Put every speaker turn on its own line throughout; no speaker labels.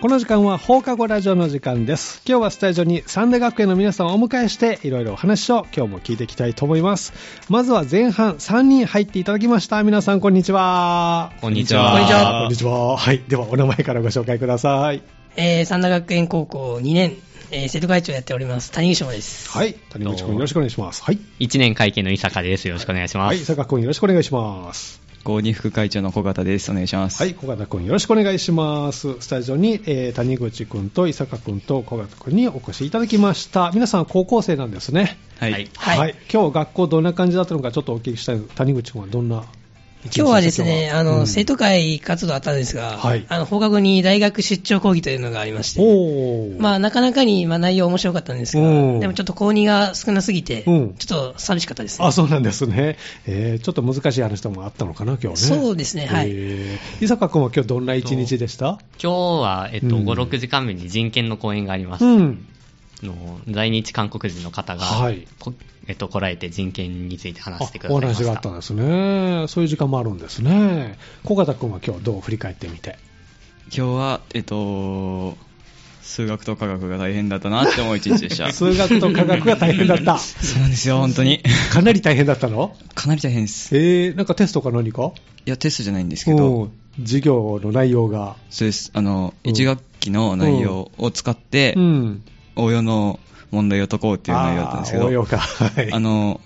この時間は放課後ラジオの時間です。今日はスタジオに三大学園の皆さんをお迎えして、いろいろお話を今日も聞いていきたいと思います。まずは前半3人入っていただきました。皆さん、こんにちは。
こんにちは
こんにちは
こんにちは。はい。では、お名前からご紹介ください。
えー、三田学園高校2年、えー、生徒会長やっております、谷口翔です。
はい。谷口君、よろしくお願いします。はい。
一年会計の伊坂です。よろしくお願いしま
はい。
す。
坂君、よろしくお願いします。
合二副会長の小型です。お願いします。
はい、小型君よろしくお願いします。スタジオに、えー谷口君と伊坂君と小型君にお越しいただきました。皆さん高校生なんですね。
はい。
はい
はい
今日学校どんな感じだったのかちょっとお聞きしたい。谷口君はどんな
今日はですね、あの、生
徒
徒会活動あったんですが、
はい
あの、放課後に大学出張講義というのがありまして、
おー
まあ、なかなかに、まあ、内容面白かったんですが、
うん
でもちょっと高2が少なすぎて、
うん
ちょっと寂しかったですね。
あ、そうなんですね。えーちょっと難しい話ともあったのかな、今日ね。
そうですねはい
えー伊坂君は今日どんな一日でした
今日は、えっと、
う
5、
ん
6時間目に人権の講演があります。
うん。
あの在日韓国人の方が、
はい
こえっと、こらえて人権について話してくださ
お
いました。
話があったんですね。そういう時間もあるんですね。小型君は今日どう振り返ってみて。
今日は、えっと、数学と科学が大変だったなって思う一日でした。そ
数学と科学が大変 だった。
うなんですよ、本当に。
かなり大変だったの
かなり大変です。い
えー、なんかテストか何か
や、テストじゃないんですけ
う
ど、
ん授業の内容が。
そうです。あの、
うん
一学期の内容を使って
う、ん。
応用の問題を解こうっていう内容だったんですけ
あー応用
ど、
か。はい
あの、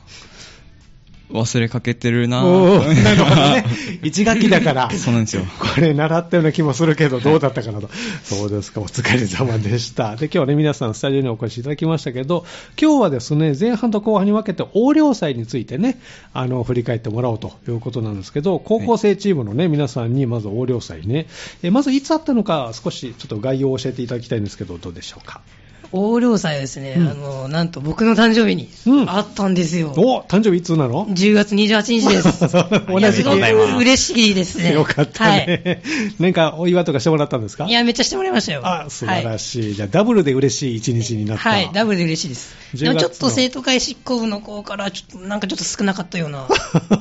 忘れかけてるな
お
ぁ
ー なるほどね。一学期だから。
そうなんですよ。
これ習ったような気もするけど、どうだったかなと。そうですか、お疲れ様でした。で、今日はね、皆さんスタジオにお越しいただきましたけど、今日はですね、前半と後半に分けて横領祭についてね、あの、振り返ってもらおうということなんですけど、高校生チームのね、皆さんにまず横領祭ね、えまずいつあったのか、少しちょっと概要を教えていただきたいんですけど、どうでしょうか。
横領祭はですね、
うん
あの、なんと僕の誕生日に
うん
あったんですよ。
お誕生日いつなの
10月28日 です。
同
いや
じ
す
日
ごく嬉しいですね。
よかった
はい
ね。 なんかお祝いとかしてもらったんですか
いや、めっちゃしてもらいましたよ。
あ、素晴ら
い。
しい。じゃあ、ダブルで嬉しい一日になった。
はい、ダブルで嬉しいです。
10
でもちょっ
月の
と生徒会執行部の子から、ちょっとなんかちょっと少なかったよ うな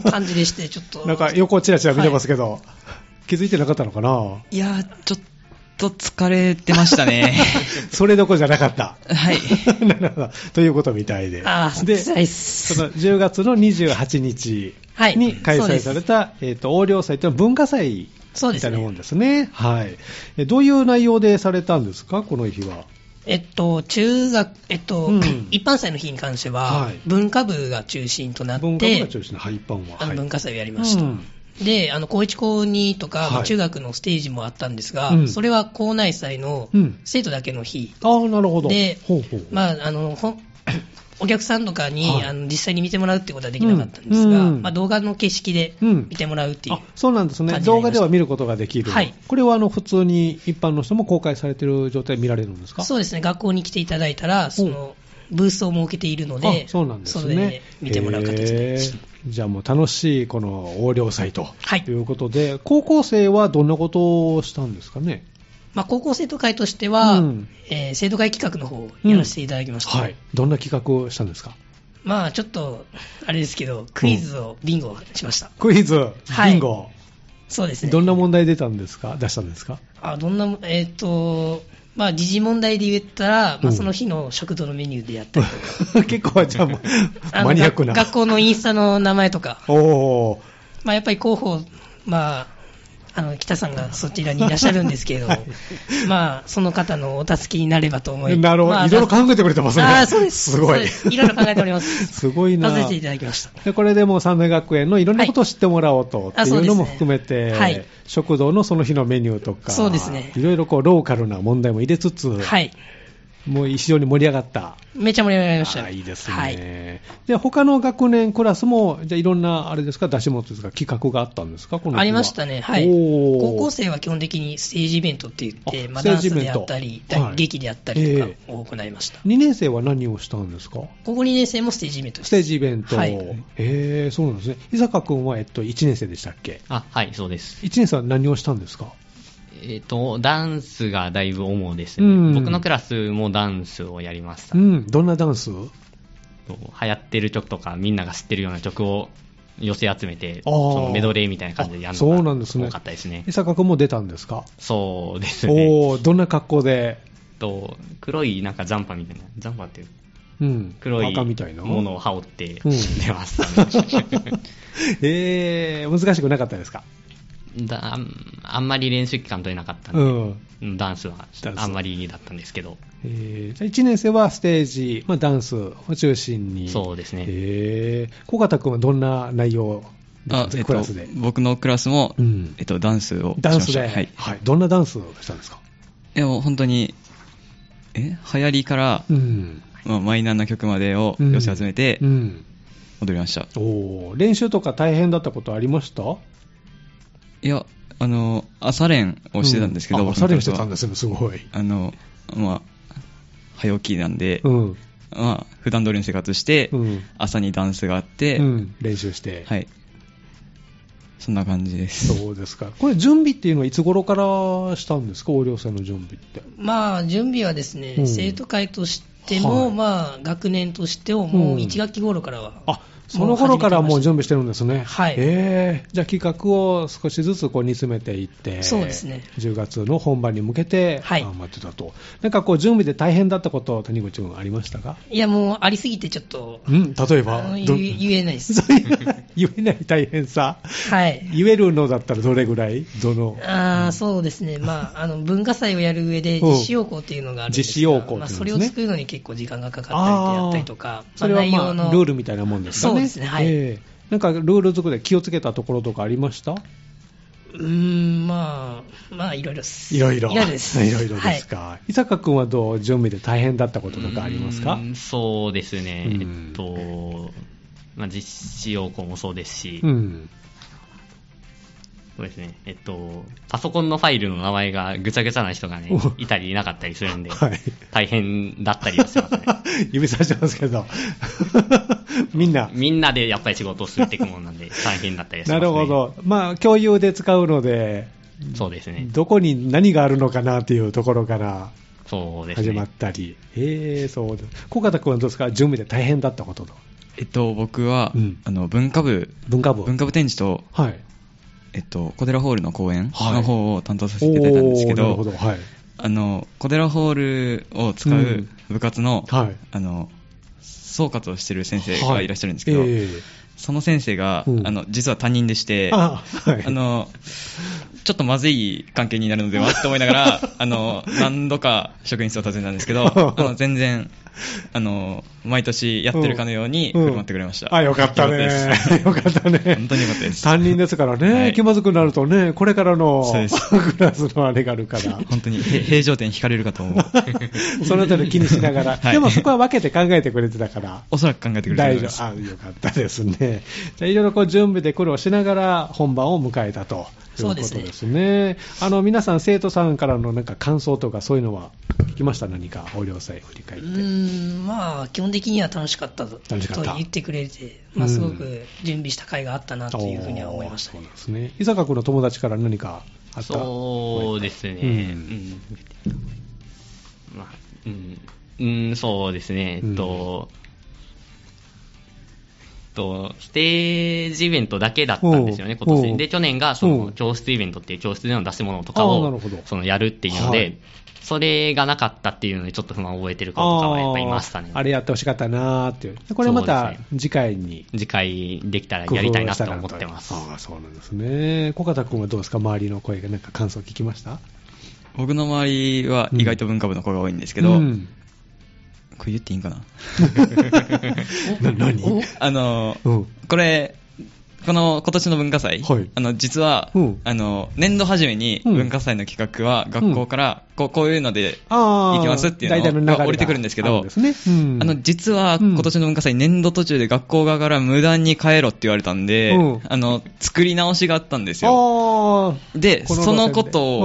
感じでして、ちょっと。
なんか横をちらちら見てますけど、気づいてなかったのかない
やー、ちょっ と疲れてまし たね。
それどころじゃなかった。
はい。
なるほど。ということみたいで。
あー、
で、
辛いっ
そ
す。
の10月の28日
はい
に開
そう
催
です
された、えっ、と、横領祭というのは文化祭
そう
み
で
たい
す
なもん
ね。
ですね。はい。えどういう内容でされたんですかこの日は。
えっと、中学、えっと、
うん
一般祭の日に関しては
はい、
文化部が中心となっ
文化部
て
が、中心の、はい、一般は。
あ
は
の
い。
文化祭をやりました
う。ん
で、あの、高一高二とか、ま
は
あ
い
中学のステージもあったんですが、
うん
それは校内祭の
うん
生徒だけの日。
ああ、なるほど。
で
ほうほう
まあ、あの、ほん お客さんとかに、
はい
あの実際に見てもらうってことはできなかったんですが、
うんうん
まあ、動画の形式で
うん
見てもらうっていう、
あそうなんですね、
感じに
動
なりま
画
した
では見ることができる、
はい
これはあの普通に一般の人も公開されている状態で見られるんですか
そうですね、学校に来ていただいたら、そのブースを設けているので、
あそうなんです
それ
ね
で見てもらう形で。
へーじゃあもう楽しいこの横領祭と
はい
いうことで、高校生はどんなことをしたんですかね、
まあ、高校生徒会としては、
うん
えー生徒会企画の方をやらせていただきました。
はい、どんな企画をしたんですか
まあ、ちょっと、あれですけど、クイズをビンゴしました。
クイズ、
はい
ビンゴ、
そうですね。
どんな問題出たんですか出したんですか
あどんな、えっ、と、まあ、時事問題で言ったら、
う
まあ、
ん
その日の食堂のメニューでやったりとか、
結構じゃあもう
あの
マニアックな
が学校のインスタの名前とか、
おー
まあ、やっぱり広報、まあ、あの北さんがそちらにいらっしゃるんですけれど、まあ、その方のお助けになればと思い
なるほど、
まあ
いろいろ考えてくれてますね。
あそうです
すご
そう
い。
ですいろいろ考えておりま す
すごいな。
させていただきました。
でこれでもう三大学園のいろんなことを知ってもらおうと、
いあ
っていうのも
そうです
含
ね
めて、
はい
食堂のその日のメニューとか、
そうですね
いろいろこうローカルな問題も入れつつ、
はい。
もう非常に盛り上がった。
めちゃ盛り上がりました
あ
よ。
ーいいですね。
はい。
で、他の学年クラスも、じゃあいろんな、あれですか、出し物ですか、企画があったんですか、この日は
ありましたね。はい。
おー
高校生は基本的にステージイベントって言って、
あ
まあ、
ステ
ダ
ー
ン
ジイ
ス
ベント
であったり、
はい
劇であったりと
え
かを行いました。
2年生は何をしたんですか
高校2年生もステージイベントで
ス
す。
テージイベント。
はい
えー、そうなんですね。伊坂君は、えっと、1年生でしたっけ
あ、はい、そうです。
1年生は何をしたんですか
えっと、ダンスがだいぶ主ですね。
うん
僕のクラスもダンスをやりました。
うん、どんなダンス
と流行ってる曲とか、みんなが知ってるような曲を
寄せ集めて、
あ
そ
ー
のメドレーみたいな感じでやる
そうな
の
ん
が
ですね
多かったですね
伊。坂君も出たんですか
そうですね。
おおーどんな格好で、
と黒いなんかジャンパーみたいな、ジャンパーっていう
うん、
黒い
赤みたいな
ものを羽織って
うん
出 ましたね。
えー、難しくなかったですか、
だあんあんまり練習期間取れなかったん
う
で、
ん
うんダンスは
ダンス
あんまりだったんですけど、
えー、じゃあ1年生はステージ、まあ、ダンスを中心に、
そうですね
えー、小型君はどんな内容
あ、えっ
ク
と
ラスで、、
僕のクラスも、
うん
えっと、ダンスをしま
ダンス
した
で、
はい。
はい、どんなダンスをしたんですか、
でも本当に、え流行りから、
うん、
まあ、マイナーな曲までを
うん
寄せ集めて
うん、
踊りました。
おー練習とか大変だったことありました
いや、あの、朝練をしてたんですけど、
うあ
僕
朝
のク
練
ラ
し
ス
て
は
たんですね、すごい。
あの、まあ、早起きなんで、
うん、
まあ、普段通りの生活して、
うん
朝にダンスがあって、
うん、練習して、
はい。そんな感じです。
そうですか、これ、準備っていうのはいつ頃からしたんですか、横領祭の準備って。
まあ、準備はですね、
うん
生徒会としても、
はい
まあ、学年としても、
う
もうん1学期頃からは、
あその頃からもう準備してるんですね、
はい
えーじゃあ企画を少しずつこう煮詰めていって、
そうですね
10月の本番に向けて
はい
頑張ってたと、なんかこう、準備で大変だったこと、谷口君、ありましたか
いや、もうありすぎてちょっと、
うん例えば
あの、
ど
言え言えないです。
そういう言えない大変さ、
はい。
言えるのだったらどれぐらい、どの、
あーそうですね、まあ、あの文化祭をやる上で
うん
実施要項っていうのがあるんですが
実施要項っていうん
ま
で
あ、
すね
それを作るのに結構時間がかかったりであったりとか、ま
それは
内容
まあ
の
ルールみたいなもんですかね、
そうですねはい
えーなんかルール作りで気をつけたところとかありました
うーん、まあ、まあ、いろいろです。
いろいろ。
いろいろで す。
いろいろで
はい
すか。伊坂君はどう準備で大変だったこととかありますか
うんそうですね、
うん
えっと、まあ、実施要項もそうですし、
うん。
そうですね、えっと、パソコンのファイルの名前がぐちゃぐちゃな人がね
お、
いたりいなかったりするんで、
はい
大変だったりはし ますね。
指さしてますけど。 みんな。
みんなでやっぱり仕事をするっていくもんなんで、大変だったりはしま
な
すね。
るほ。ど。まあ、共有で使うので、
そうですね。
どこに何があるのかなっていうところから
そうですね。
始まったり。へえ、そうです。小方君はどうですか準備で大変だったことと。
えっと、僕は、
うん
あの、文化部、
文化部。
文化部展示と、
はい。
えっと、小寺ホールの公演
はい
の方を担当させていただいたんですけ
おーな
ど、
るほど。はい。
あの、小寺ホールを使
う
うん部活の、
はい
あの、総括をしてる先生がいらっしゃるんですけど、
はいええ
その先生が、
うん
あの、実は担任でして、
あはい
あの、ちょっとまずい関係になるのではって思いな がら、あの、何度か職員室を訪ねたんですけど、あの、全然、あの、毎年やってるかのように振る舞ってくれました。
あ、よかったね
よかっ た。
よかったね。
本当によかったです
担任ですからね、
はい
気まずくなるとね、これからの
そうです
クラスのあれがある から。
本当に、へ平常点引かれるか と思う。
その辺り気にしながら、
はい
でもそこは分けて考えてくれてたから。
おそらく考えてくれ
大
ると
丈
思います
夫。。あ、よかったですね。じゃあ、いろいろこう準備で苦労しながら本番を迎えたと。
そうですね
いうことですね。あの、皆さん、生徒さんからのなんか感想とかそういうのは聞きました何か、お寮祭振り返
う
って。
ーんまあ、基本的には楽しかったと
楽しかった
と言ってくれて、まあ、すごく準備した甲斐があったなというふうには思いました
おー
ね
そう。ですね。伊坂君の友達から何かあった
そうですね。
う
うんん。まあ、うん、うん、そうですね。えっと、とステージイベントだけだったんですよね、
おう
今
おう
年。で、去年がそ
うん
の教室イベントっていう教室での出し物とか
あーなる
を
ほど
そのやるっていうので、
はい
それがなかったっていうので、ちょっと不満を覚えてる子とかはやっぱいましたね
あ。ーあれやってほしかったなーっていう。これま
そう
た
です
次回に
次回できたら
工
やりたい
夫
な
した
と
ら
思ってます。
ああ、そうなんですね。小方君はどうですか周りの声がなんか感想聞きました
僕の周りは意外と文化部の子が多いんですけど、
うん
これ言っていいんかな
な何
お
あの、
うん
これ、この今年の文化祭、
はい
あの実は、
うん
あの年度初めに
うん
文化祭の企画は学校からこうこういうので
あー
行きますっていう
大体の流
の
れ
が
が
降りてくるんですけ
あ
ど、
ですねうん
あの実は今年の文化祭、年度途中で学校側から無断に帰ろって言われたんで、
うん
あの作り直しがあったんですよ。
ああ。
で、
この路線で
そのこと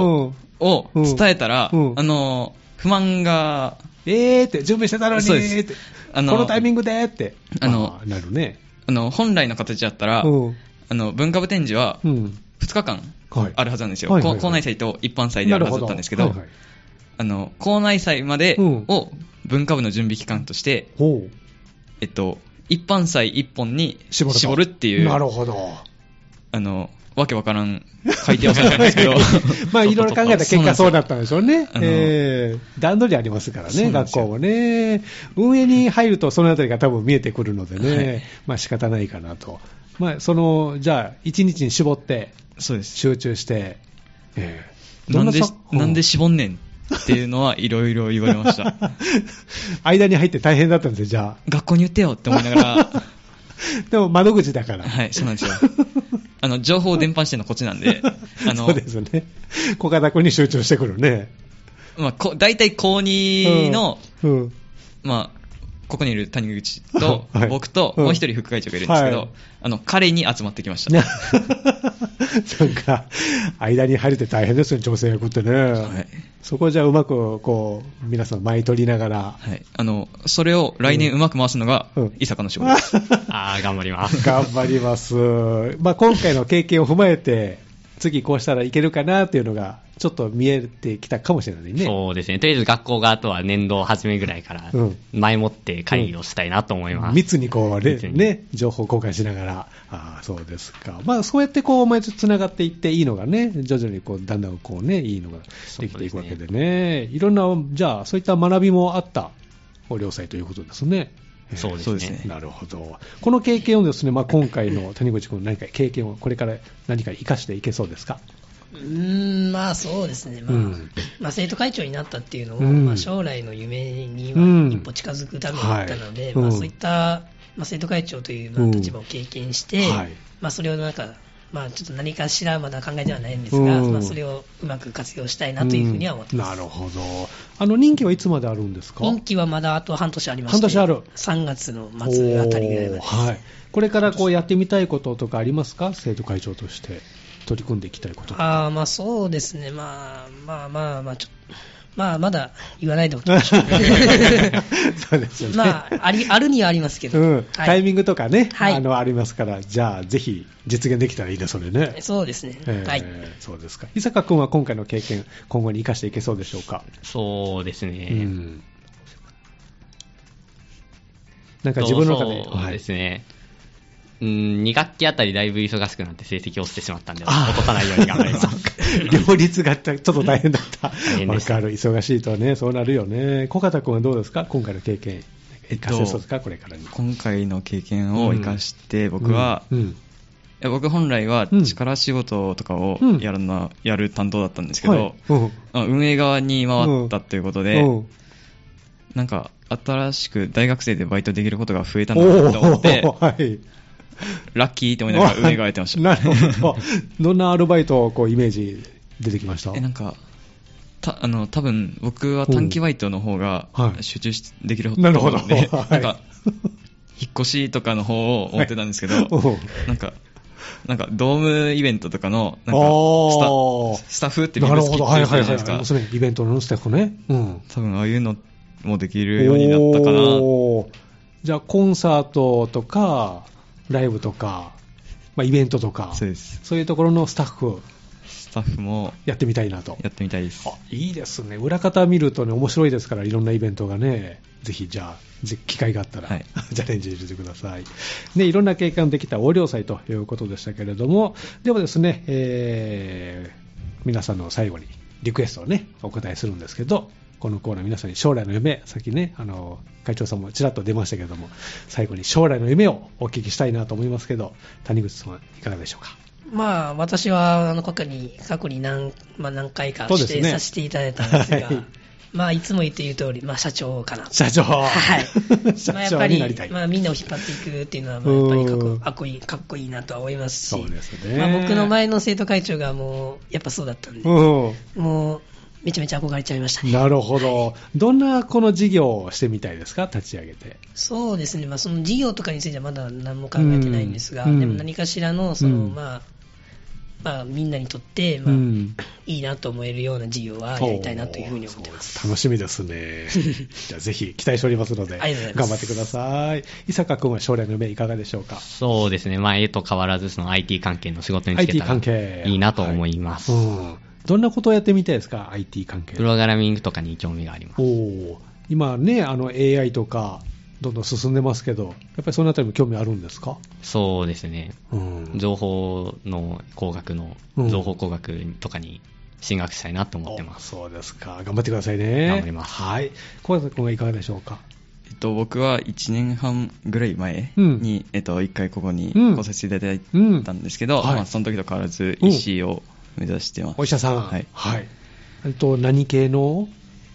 を,、
うん
伝えたら、
うん
あの、不満が、
えーって、準備してたのに
そう
ーっ
で
て
す。あの
このタイミングでーって。
あの
ーなるね。
あの、本来の形だったら、
うん
あの、文化部展示は
う
2
ん。
日間
はい
あるはずなんですよ。
はいはいはい
こ校内祭と一般祭であるはずだったんですけど、
なるほはいはい
あの、校内祭まで
うん
を文化部の準備期間として、
ほう。
えっと、一般祭一本に
絞ると
絞るっていう、
なるほど。、
あの、わけわからん回転をされたんですけど
まあ、いろいろ考えた結果、そうだったんでしょうね。
あの
えー段取りありますから
そ
ね、
うなんで
学
すよ
校もね。運営に入ると、そのあたりが多分見えてくるのでね、
はい
まあ、仕方ないかなと。まあ、その、じゃあ、一日に絞って、
そうです。
集中して、えー
なんで
さ、
なんで
う
絞んねんっていうのはいろいろ言われ ました。
間に入って大変だったんですよ、じゃあ。
学校に言ってよって思いながら、
でも、窓口だから。
はい、そうなんですよ。あの、情報を伝播してるのはこっちな んで、あの
そう、ですね。小型君に集中してくるね。
まあ、こ大体高2の、
うん、うん
まあ、ここにいる谷口と
はい
僕と
うん
もう一人副会長がいるんですけど、
はい
あの彼に集まってき ました、
なんか、間に入るって大変ですよね、女性役ってね。
はい
そこをじゃあうまく、こう、皆さん、舞い取りなが ら、
はい、あのそれを来年うまく回すのが
うん
伊坂の仕事です、
ああ、頑張り ます。
頑張ります。まあ、今回の経験を踏まえて、次こうしたらいけるかなっていうのが、ちょっと見えてきたかもしれないね。
そうですね。とりあえず学校があとは年度初めぐらいから
うん、
前もって会議をしたいなと思います。
密にこうね
密に
ね、情報交換しながら、あーそうですか、まあ、そうやってこう、毎日つながっていっていいのがね、徐々にこうだんだんこう、ね、いいのができていくわけでね、いろんな、じゃあ、そういった学びもあったお良祭ということですね。
そう
そ
で
うですす
ね
ね。
なるほどこの経験をですね、まあ、今回の谷口君、何か経験をこれから何か生かしていけそうですか、
うーん、まあそうですね、まあ
うん
まあ、生徒会長になったっていうのを、
うん
まあ、将来の夢には
うん
一歩近づくためだったので、
はい
ま
うん
あ、そういった、まあ、生徒会長という、ま
う
あ、
ん
立場を経験して、
はい
まあ、それをなんか、まあ、ちょっと何かしらまだ考えてはないんですが、
うん
まあ、それをうまく活用したいなというふうには思ってます。
うんなるほど、あの任期はいつまであるんですか
任期はまだあと半年ありまして、
半年ある
3月の末あたりぐらいまで
おーはい、これからこうやってみたいこととかありますか、生徒会長として取り組んでいきたいこととか。
あーまあそうですね、まあまあまあまあちょ、まあまだ言わないでおき ましょう。
そうですよね、
まあ、あり、あるにはありますけど。
うん、タイミン
グ。
グとかね、
はい
あのありますから、じゃあ、ぜひ実現できたらいいね、それね。
そうですね。
えー
はい。
そうですか伊坂君は今回の経験、今後に生かしていけそうでしょうか。
そうですね。
うんなんか自分の中で、
そうですね。うん、2学期あたりだいぶ忙しくなって成績を落ちてしまったんで、
あー
落とさないように頑張りま
そ
す。
っか両立がちょっと大変だった、
変で
わ
した
かる、忙しいとね、そうなるよね、小方君はどうですか、今回の経験、
えっと
活用そうですか、これからに。
今回の経験を生かして僕は、
うんうん
いや僕本来は
うん
力仕事とかを
うん
やるな、やる担当だったんですけど、
はいうん
あ運営側に回ったということで、
うん
なんか新しく大学生でバイトできることが増えたなと思って
おーはい、
ラッキーって思いなが ら運営側やってました
なるほど、どんなアルバイト、こうイメージ出てきました
えなんかたあの多分僕は短期バイトの方が
うんはい
集中しできると
なる
思
ほど、
うので、
はい
なんか引っ越しとかの方を思ってたんですけど、
おー
なんかなんかドームイベントとかのなんか
おー
スタスタッフってみん
なる
な好
ほ
き
ど、
っ
は
て
い
言って
はい
るじ
は
ゃないいです
はい、
か
娘イベントのスタッフね。うん
多分ああいうのもできるようになったかな
おーじゃあコンサートとかライブとか、まあ、イベントとか
そうです
そういうところのスタッフ
スタッフも
やってみたいなと
やってみたいです
あいいですね裏方見るとね面白いですからいろんなイベントがねぜひじゃあぜ機会があったら、
はい
チャレンジしてください、ね、いろんな経験できた横領祭ということでしたけれどもではですね、えー皆さんの最後にリクエストをねお答えするんですけどこのコーナー皆さんに将来の夢さっきねあの会長さんもちらっと出ましたけれども最後に将来の夢をお聞きしたいなと思いますけど谷口さんいかがでしょうか
まあ、私は、あの、過去に、過去に何、まあ、何回か
そう
指
ですね
定させていただいたんですが、
はい
まあ、いつも言っている通り、まあ、社長かな。
社長
はい。
社
まあやっ
長
ぱ
になりた
り
い、
まあ、みんなを引っ張っていくっていうのは、まあやっぱりかっ
う
こ
ん
かっこいい、かっこいいなとは思いますし、
そうですね
まあ、僕の前の生徒会長がもう、やっぱそうだったんで、
うん
もう、めちゃめちゃ憧れちゃいましたね。
なるほど。どんなこの事業をしてみたいですか立ち上げて。
そうですね、まあ、その事業とかについてはまだ何も考えてないんですが、
うん
でも何かしらのその、
うん
まあまあ、みんなにとって、
う
まあ
ん。
いいなと思えるような事業はやりたいなというふうに思ってます。
そう楽しみです ね。じゃあぜひ期待しておりますので、
ありがとうござ
頑張
いま
って
す
ください。伊坂君は将来の夢いかがでしょうか
そうですね。まあ、絵と変わらず、その IT 関係の仕事に就
?IT
けた
関係。
らいいなと思います。
はいうん。どんなことをやってみたいですか ?IT 関係
プ。ログラミングとかに興味があります。
おー今ね、あの AI とか、どんどん進んでますけど、やっぱりそのあたりも興味あるんですか
そうですね。
うん
情報の工学の
うん、
情報工学とかに進学したいなと思ってます。
おそうですか。頑張ってくださいね。
頑張ります
はい。小林君はいかがでしょうか
えっと、僕は1年半ぐらい前に、
うん
えっと、1回ここに
うん
来させていただいたんですけど、
うんはい
まあ、その時と変わらず医師を目指してます。
お医者さん。
はい
はい。えっと、何系の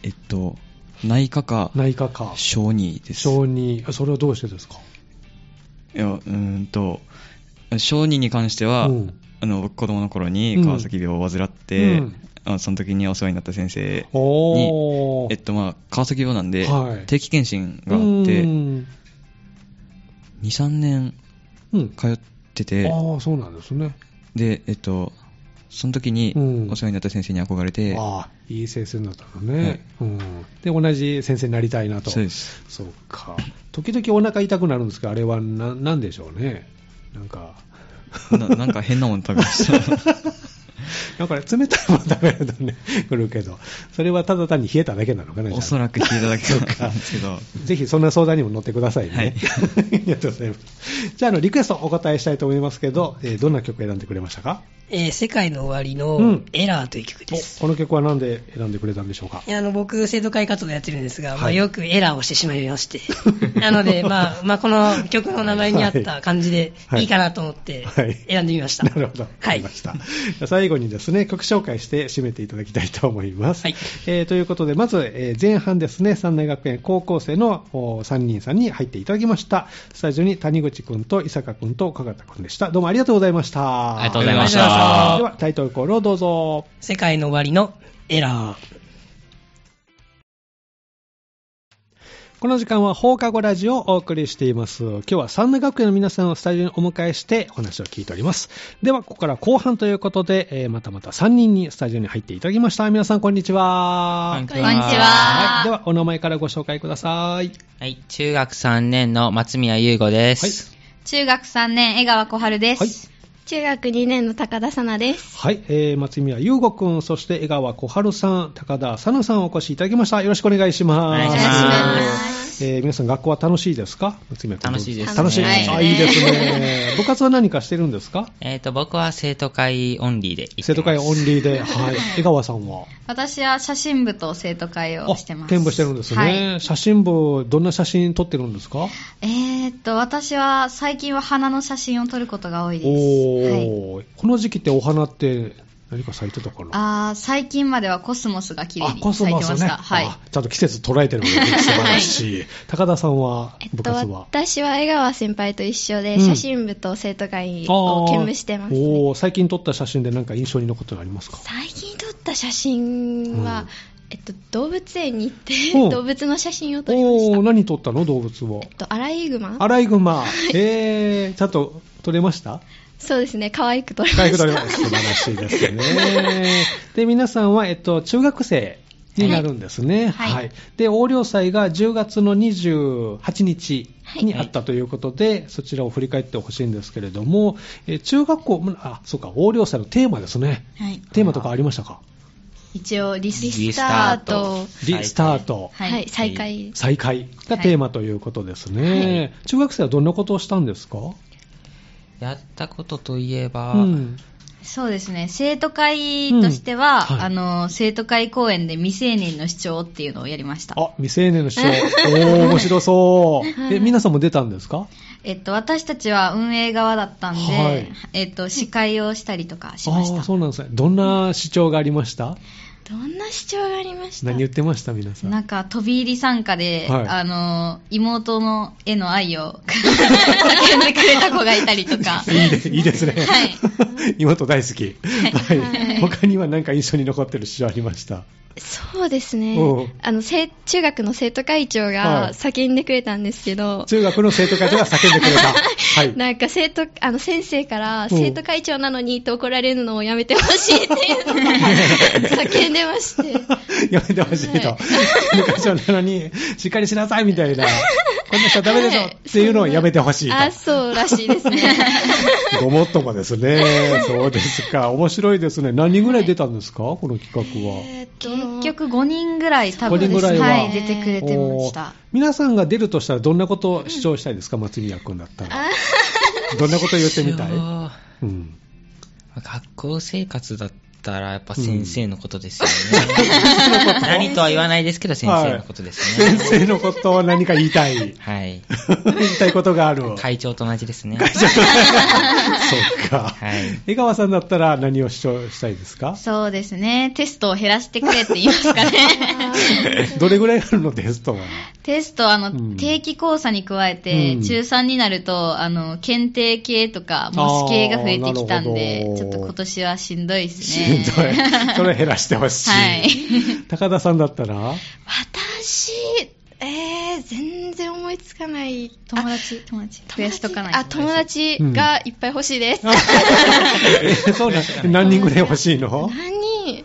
えっと、内科か、
内科か。
小児です。
小児。それはどうしてですか
いやうーんと小児に関しては、
うん
あの僕子供の頃に川崎病を患って、
うん
あのその時にお世話になった先生
お
に、えっとまあ、川崎病なんで、
はい
定期検診があって
う
23
ん。
年
うん
通ってて
ああ、そうなんですね。
で、えっと、その時に
うん
お世話になった先生に憧れて、
ああ、いい先生になったのね、うん。で、同じ先生になりたいなと。
そうです
そうか。時々お腹痛くなるんですけど、あれはな、なんでしょうね。なんか、
ななんか変なもの食べま した
なんかね冷たいもの食べるとね、来るけど、それはただ単に冷えただけなのかな、
おそ
ら
らく聞いただけなんですけど
ぜひそんな相談にも乗ってくださいね。
はい
ありがとうございます。 じゃあ、あの、リクエストお答えしたいと思いますけど、えーどんな曲選んでくれましたか
えー世界の終わり
う
の
ん
エラーという曲です。
おこの曲は何で選んでくれたんでしょうか
いやあの僕、生徒会活動やってるんですが、ま
は
あ、
い
よくエラーをしてしまいま して、なので、まあまあ、この曲の名前に合った感じで
はい
いいかなと思って
はい
選んでみました。
なるほど。わか
は
り
い
ま。した。最後にですね、曲紹介して締めていただきたいと思います。
はい
えーということで、まず、えー前半ですね、三大学園高校生の3人さんに入っていただきました。スタジオに谷口くんと伊坂くんと加賀田くんでした。どうもありがとうございました。
ありがとうございまし
あ
で
た。
は、タイトルコールをどうぞ。
世界の終わりのエラー。
この時間は放課後ラジオをお送りしています。今日は三大学園の皆さんをスタジオにお迎えしてお話を聞いております。では、ここから後半ということで、えーまたまた3人にスタジオに入っていただきました。皆さん、こんにちは。
こんに
こんにちは。
はい、ではお名前からご紹介ください。
はい、中学3年の松宮優吾です。
中学3年、江川小春です。
はい
中学2年の高田さなです。
はい、えー、松宮優吾くん、そして江川小春さん、高田さなさんお越しいただきました。よろしくお願いします。
お願いし
ます
えー皆さん学校は楽しいですか松宮君
楽しいです
楽しい。
楽しいですね
あ、いいですね。 部活は何かしてるんですか
えっ、と、僕は生徒会オンリーで行ってます。
生徒会オンリーで、はい。江川さんは
私は写真部と生徒会をしてます。
兼務してるんですね。
はい、
写真部、どんな写真撮ってるんですか
えーっと、私は最近は花の写真を撮ることが多いです。はい
おー、この時期ってお花って何か咲いてたかな
あー最近まではコスモスが綺麗
あ
に
コス
咲いて
モ
ま
ス
した。
ね、
はい。
あちゃんと季節捉えてるのが素晴らしい、高田さんは
えっ
部
と、
活は、
私は江川先輩と一緒で、
うん
写真部と生徒会を兼務してます、
あー
ね。
おー最近撮った写真で何か印象に残ったのありますか
最近撮った写真は、
うん
えっと、動物園に行って
うん、
動物の写真を撮りまし
お
た
ー。何撮ったの動物を
えっと、アライグマ
アライグマ、えー、ちゃんと撮れま した
そうですね、可愛く撮りま
回
し
復
た。
撮れました素晴らしいです ねで皆さんは、えっと、中学生になるんですね、
はいはい
で横領祭が10月の28日にあったということで、そちらを振り返ってほしいんですけれども、えー中学校、あそうか、横領祭のテーマですね、
はい
テーマとかありましたか、
一応、
リ
リス
ス
タ
タ
ー
ー
ト
ト。
リスタート、
は
はいい、再開。
再開がテーマということですね、中学生はどんなことをしたんですか、
やったことといえば、
うん
そうですね。生徒会としては、
うんはい
あの、生徒会公演で未成年の主張っていうのをやりました。
あ未成年の主 張、おー、面白そう、え皆さんも出たんですか
えっと、私たちは運営側だったんで、
はい
えっと、司会をしたりとかしまし
あ
た。
ーそうなんですね。どんな主張がありました、
どんな主張がありました
何言ってました皆さん。
なんか、飛び入り参加で、
はい
あの、妹の絵の愛を 叫んでくれた子がいたりとか。
いいでいいですね。
はい。
妹大好き。はい。他には何か印象に残ってる主張ありました。
そうです
う
ね
ん。
あの、生中学の生徒会長
はい
が叫んでくれたんですけど、
中学の生徒会長が叫んでくれ た。はい。
なんか生徒あの先生から、
ん
生徒会長なのにって怒られるのをやめてほしいっていう のを叫んでまして、
やめてほしいと。昔はなのに、しっかりしなさいみたいなこんな人ダメでしょ
はい
っていうのをやめてほしいと。
あ、そうらしいで すね。
ごもっともですね。そうですか。面白いですね。何人ぐらい出たんですか、この企画は。
えーっと
結局5人ぐらい多分
五人ぐらいは
はい、出てくれてました。
皆さんが出るとしたらどんなことを主張したいですか、松宮君だったら。どんなこと言ってみたい、
そ
う
う
ん、
学校生活だったらやっぱ先生のことですよね。 何とは言わないですけど先生のことです
先
ね。
生のことを何か言いたい
は
言い
い。
たいことがある。
会長と同じ ですね。
そっか。
はい。
江川さんだったら何を主張したいですか
そうですね。テストを減らしてくれって言います かね。
どれぐらいあるのテストは。
テスト、あ
う
の、
ん
定期考査に加えて、
うん
中3になると、あの、検定系とか、模試系が増えてきたん
あーなる
で
ほど、
ちょっと今年はしんどいです
しん
ね。
どい。それ減らしてほしい。
はい
高田さんだったら
私、えー、全然思いつかない。
友達、友達。増やしとかない
あ、友達がいっぱい欲しいです。
え そうなん何人ぐらい欲しい の
何人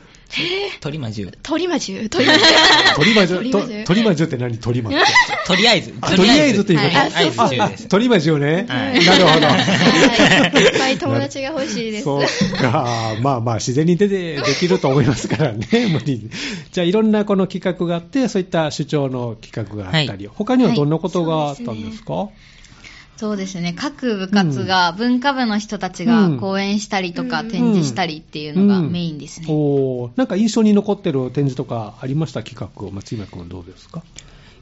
鳥まじゅう。
鳥 魔獣鳥魔獣
鳥魔女、
鳥魔
と
獣
鳥魔女って何鳥魔女。
とりあえず。
あとりあえずっていうこと
はいとりあえず10です。
鳥魔女ね。な
は
る
い
ほ ど。
はい。いっぱい友達が欲しいです。
そうか、まあまあ、自然に出てできると思いますからね、 無理に。じゃあ、いろんなこの企画があって、そういった主張の企画があったり、他にはどんなことがあったんですか、
そうですね。各部活が、文化部の人たちが
うん
講演したりとか、
うん
展示したりっていうのがメインですね。
おーなんか印象に残ってる展示とかありました企画を松山君どうですか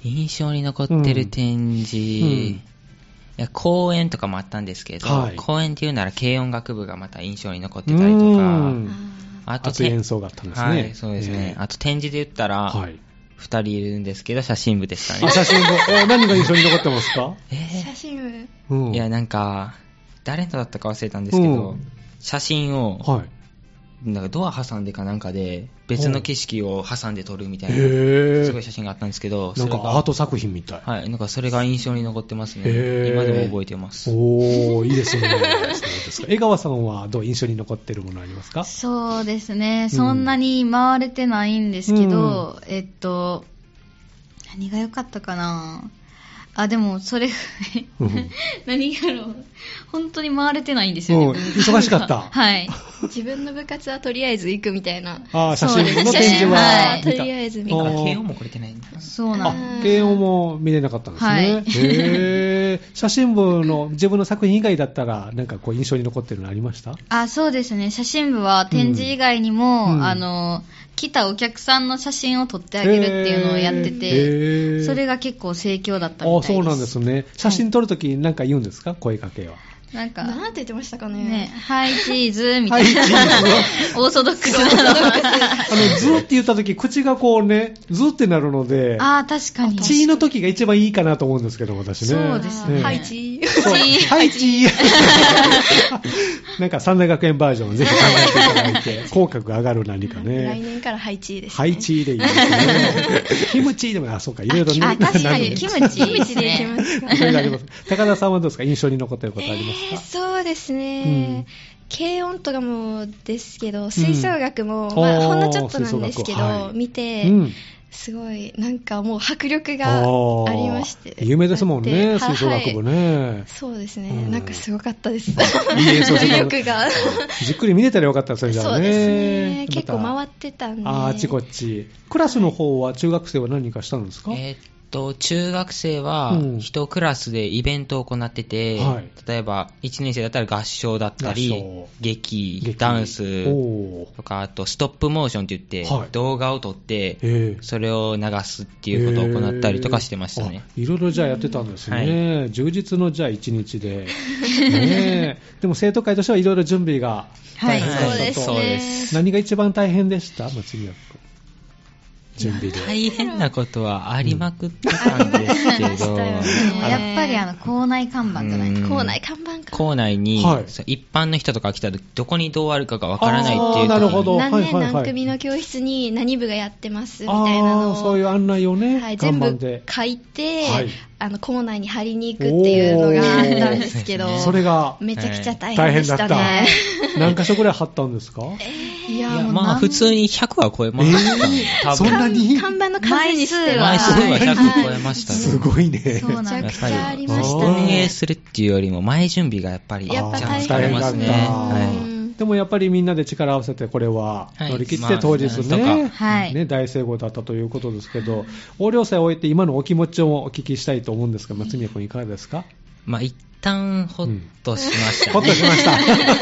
印象に残ってる展示、
うん
いや公演とかもあったんですけど、
はい
公演っていうなら軽音楽部がまた印象に残ってたりとか、あと
熱い演奏があったんですね。
はい、そうですね。あと展示で言った
えー
ら、
はい。
二人いるんですけど、写真部でした
あ
ね。
写真も、えー何が印象に残ってますか、
え
写真
う
ー
ん
いや、なんか、誰のだったか忘れたんですけど、
うん
写真を、
はい。
なんかドア挟んでかなんかで、別の景色を挟んで撮るみたい
へ
な、
ー
すごい写真があったんですけど、
なん
そ
か
れが
アート作品みたい。
はい、なんかそれが印象に残ってますね。
へー
今でも覚えてます。
おー、いいですね。そうですか。江川さんはどう印象に残ってるものありますか
そうですね。そんなに回れてないんですけど、えっと、何が良かったかなあ、でも、それ、
うん
何やろう。本当に回れてないんですよね。
うん忙しかった
はい。
部自分の部活はとりあえず行くみたいな。
あー写
そうです
真の
ね
展示は
写
見
真は
た。
とりあえず見
あ
た
あー
慶応もこれてないんだ。
そうなんです。
あ、慶応も見れなかったんですね。
はい
へー写真部の自分の作品以外だったら、なんかこう印象に残ってるのありました
あ、そうですね。写真部は展示以外にも、
うん
あの、来たお客さんの写真を撮ってあげるっていうのをやってて、それ
が
が結構盛況だったみたい
あ、
です。
そうなんですね。写真撮るときなんか言うんですか声かけは。
なんか、
なんて言ってましたかね。
ね、ハイチーズみたいな。オーソドックスなの。
あの、ズーって言ったとき、口がこうね、ズーってなるので、
ああ、確かに。
チーの時が一番いいかなと思うんですけど、私ね。
そうですね。
ハイチー。
そう はい、チー。なんか三大学園バージョンをぜひ考えていただい て、口角が上がる何か
来
ね。
年からハイチーです、ね。
ハイチーでいいです ね。キムチーでも、あ、そうか、いろいろね。
あ、確 か
なる
に、
ね
キムチいいです
で行き
ね
ま。す。
いろいろあります。高田さんはどうですか印象に残ってることありま
えー
す
そうです
うん
ね、軽音とかもですけど、吹奏楽も、
うん
ま
おー
あ、ほんのちょっとなんですけ
吹
ど、
奏楽はい
見
か
て、
うん。
すごい、なんかもう迫力があ
ー
りまして。
有名ですもん
だ
ね、
って
吹奏楽部。ね
はい。そうですね、
うん
なんかすごかったです。
いい演奏してた
迫 力が。
じっくり見れたらよかった、それじゃ
そ
あ
うです
ね
ね。、結構
ま
回ってたんで。
たあーあちこち。クラスの方は、中学生は何かしたんですか
えーっと、中学生は
うん、
一クラスでイベントを行ってて、
はい
例えば、1年生だったら合唱だった
合
り
唱、
劇、ダンス、
おー
とか、あと、ストップモーションって言って、
はい
動画を撮って、
ええ
それを流すっていうことを行ったりとかしてましたね。
えーあいろいろじゃあやってたんですね、充実のじゃあ一日 で、ねえでも生徒会としてはいろいろ準備が
は
大
い。
変
はい
だったと、
そうです
何が一番大変でした、松宮君、準備で。
大変なことはありまくってたんですけど、
でもやっぱりあの、校内看板じゃな
う
い
ん
校内看板か。
校内に、
はい
そう一般の人とかが来たらどこにどうあるかがわからないってい
あー
う
なるほど
何
はい
年
はいはい
何組の教室に何部がやってますみ
あ
たいな
ー
のを。
そういう案内をね、
はい、
看
全
板
部
で。
書いて、
はい
あの校内に貼りに行くっていうのがあったんですけど、
それが
めちゃくちゃ大
大
変
変
でし
だったた
ね。。
何箇所ぐらい貼ったんですか
え
いや
いや
もう
まあ
なん
普通に100は超えましたね、多
そん
分
なに
看板の数にしては
枚数は
はい
100超えましたね、
すごいね。
そうなんで
めちゃ
す
く
よ
ちゃありました
やっぱり
運営
ね。
するっていうよりも前準備がやっぱり
やっぱ
ちゃんと
大変
され
だ
ま
っ
す
た、
ね、
う
は
ん
でもやっぱりみんなで力を合わせてこれは
はい
乗り切って当日ね,、
まあなんと
かはい
ね大成功だったということですけど横領祭を終えて今のお気持ちをお聞きしたいと思うんですが松宮君いかがですか
い、まあ一旦ほっとしました、ね
ほっとしました。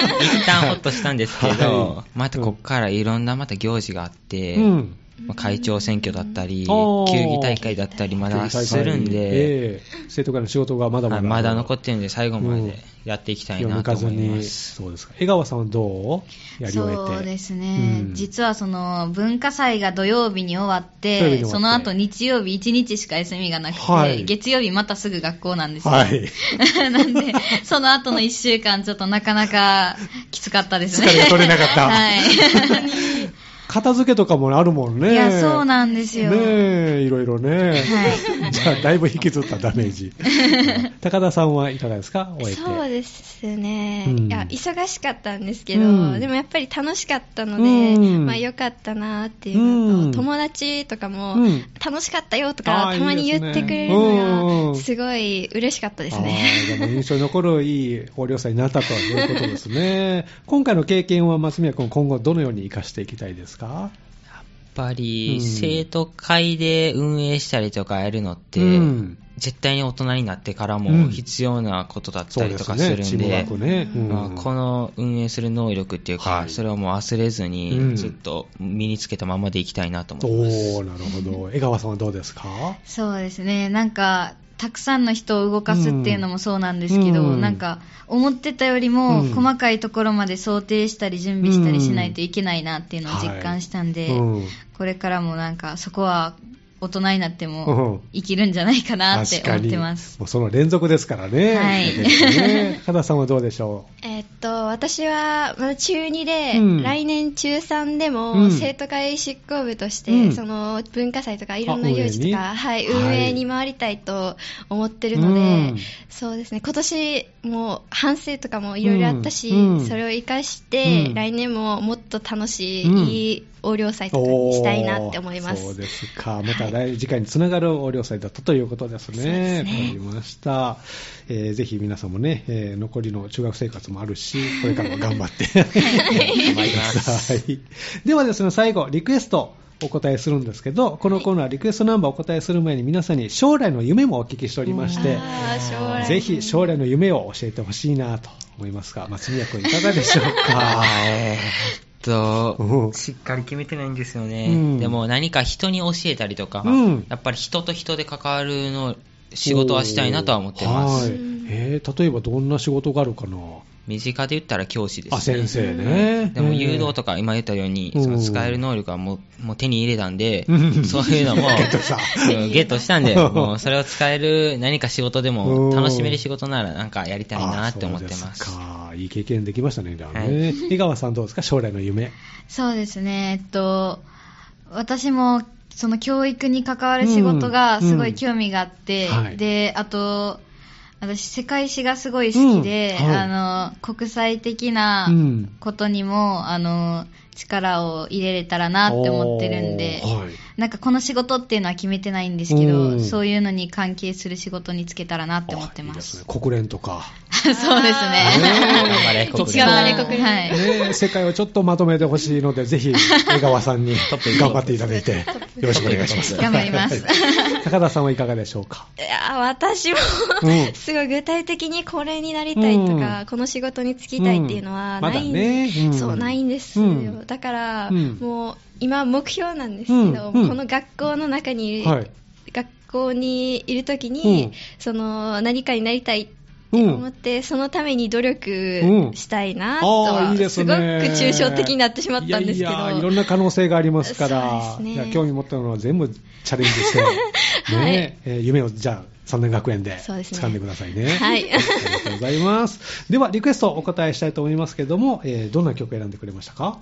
一旦ほっとしたんですけど、
はい
またここからいろんなまた行事があって、
うん
まあ会長選挙だったり、
お
球
ー
技大会だったり、まだするんで、
ええ生徒会の仕事がまだま
は
だ
いまだ残ってるんで、最後ま
うん
でやっていきたい
いや
な
抜
と
かず
思いま
に
す。
そうですか江川さんはどうやり終えて
そうですね、
うん
実はその文化祭が土曜日に終わっ
土曜日に終
て、
わって
その後日曜日1日しか休みがなくて、
はい
月曜日またすぐ学校なんですよ、
はい
なんで、その後の1週間、ちょっとなかなかきつかったですね。
疲れが取れなかった
はい
片付けとかもあるもんね
いや、そうなんですよ。
ねえいろいろね、 じゃあだいぶ引きずったダメー ジうん高田さんはいかがですか終えて
そうですね、
うん
いや忙しかったんですけど、
うん
でもやっぱり楽しかったので、
うん
まあ良かったなっていうのと、
うん
友達とかも、
うん
楽しかったよと
あ
か
ー
たま
い
に
いですね
言ってくれる
う
の
ん
がすごい嬉しかったですね。
あーでも印象に残るいい豊漁祭になったということです ね。今回の経験は松宮君、今後どのように活かしていきたいですか
やっぱ
うん
り、生徒会で運営したりとかやるのって、
うん
絶対に大人になってから
うん
も必要なことだった
そう
り
で
と
す
かす
ね、
る
チ
ん
ームワ
で
ー、クね。
まあこの運営する能力っていうか、
はい
それをもう忘れず
うん
に、ずっと身につけたままでいきたいなと 思います。
おーなるほど。江川さんはどうですか
そうですね、なんか、たくさんの人を動かすっていうのもそうなんですけど、
うん
なんか、思ってたより
う
も、
ん
細かいところまで想定したり、準備したりしないといけないなっていうのを実感したんで、
うん
これからもなんか、そこは大人になって
うん
も生きるんじゃないかなって思ってます。
もうその連続ですからね。
はい
ね高田さんはどうでしょ
えっと私はまだ中2で、
うん
来年中3でも、
うん
生徒会執行部として、
うん
その文化祭とかいろん
あ
な
運営
行事と
に
か、はい、
はい
運営に回りたいと思ってるので、
うん
そうですね今年も反省とかもいろいろあったし、
うん
それを生かして、
うん
来年ももっと楽しい、
うん
いい横領祭
う
とかにしたいなって思いま
おーそう
す。
ですか。また来次回につながるお両祭だったということですね。わ、かりました、えーぜひ皆さんもね、えー残りの中学生活もある し、これからも頑張って頑張り ます。はい。ではですね、最後、リクエスト。お答えするんですけど、このコーナー、リクエストナンバーお答えする前に皆さんに将来の夢もお聞きしておりまして、
あー将来
ぜひ将来の夢を教えてほしいなと思いますが、松宮君いかがでしょうか
えーっ
うん
と、しっかり決めてないんですよね。
うん
でも何か人に教えたりとか、
うん
やっぱり人と人で関わるの仕事はしたいなとは思ってま
は
す。
いえー例えばどんな仕事があるかな
身近で言ったら教師です、ね。
あ、先生ね。
でも誘導と
か。
か今言ったように、
うん
その使える能力はもうもう手に入れたんで、
うん
そういうのも
ゲットした
うんゲットしたんで、もうそれを使える何か仕事で
うん
も楽しめる仕事ならなんかやりたいなって思って
あ
ま。
そうですか。いい経験できましたね、じゃあね。江川さんどうですか将来の夢。
そうですね、えっと、私もその教育に関わる仕事がすごい興味があって、
うんうんはい
で、あと、私、世界史がすごい好きで、
うんはい
あの、国際的な
うん
ことにも、あの、力を入れれたらなって思ってるんで
お、ーはい。
なんかこの仕事っていうのは決めてないんですけど、
うん
そういうのに関係する仕事につけたらなって思って
あいい
ま。
ですね国連とか。
そうですね。
頑張れ、国
一
連
番
頑張 れ国連
はい。
ね、世界をちょっとまとめてほしいので、ぜひ江川さんに
トップ
頑張っていただいて、よろしくお願いします。
頑張ります。
高田さんはいかがでしょうか
いや私も
うん
すごい具体的にこれになりたいとか、
うん
この仕事に就きたいっていうのはないん,、
うんまだねうん
そうないんですよ、
うん
だから、
うん
もう今目標なんですけど、
うんうん
この学校の中に、
はい。
学校にいるときに、
うん
その何かになりたいって
う
思っ
ん。
て、そのために努力したいなと
あ
は、
あ、いいです
すごく
ね。
抽象的になってしまったんですけど
いやいや、いろんな可能性がありますから、
そうですね
いや興味持ったものは全部チャレンジ して、
はい
ねえー夢をじゃあ、3年学園で
そうですね
掴んでくださいね。
はい
ありがとうございます。では、リクエストお答えしたいと思いますけども、えーどんな曲を選んでくれましたか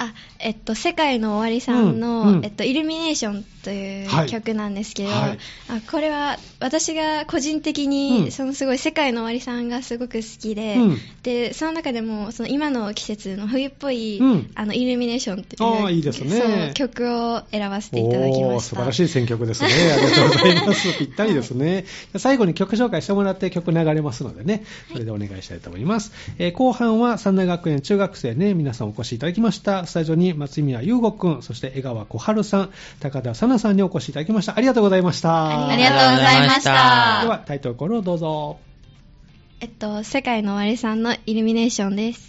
あえっと、世界の終わりさんの、
うんうん
えっと、イルミネーションという
はい
曲なんですけど、
はい
あこれは私が個人的
う
に、
ん
そのすごい世界の終わりさんがすごく好きで、
うん
でその中でもその今の季節の冬っぽい、
うん
あのイルミネーションっていう
あーいいですね
そう曲を選ばせていただき
お
ま
お
した
素晴らしい選曲ですね。ありがとうござい ます。ぴったりですね。最後に曲紹介してもらって曲流れますのでね、それでお願いしたいと思います。えー後半は三大学園中学生ね、皆さんお越しいただきました。スタジオに松宮優吾くん、そして江川小春さん、高田紗奈さんにお越しいただきました。ありがとうございました。
ありがとうございまし
で
た
は、タイトルコールをどうぞ。
えっと、世界の終わりさんのイルミネーションです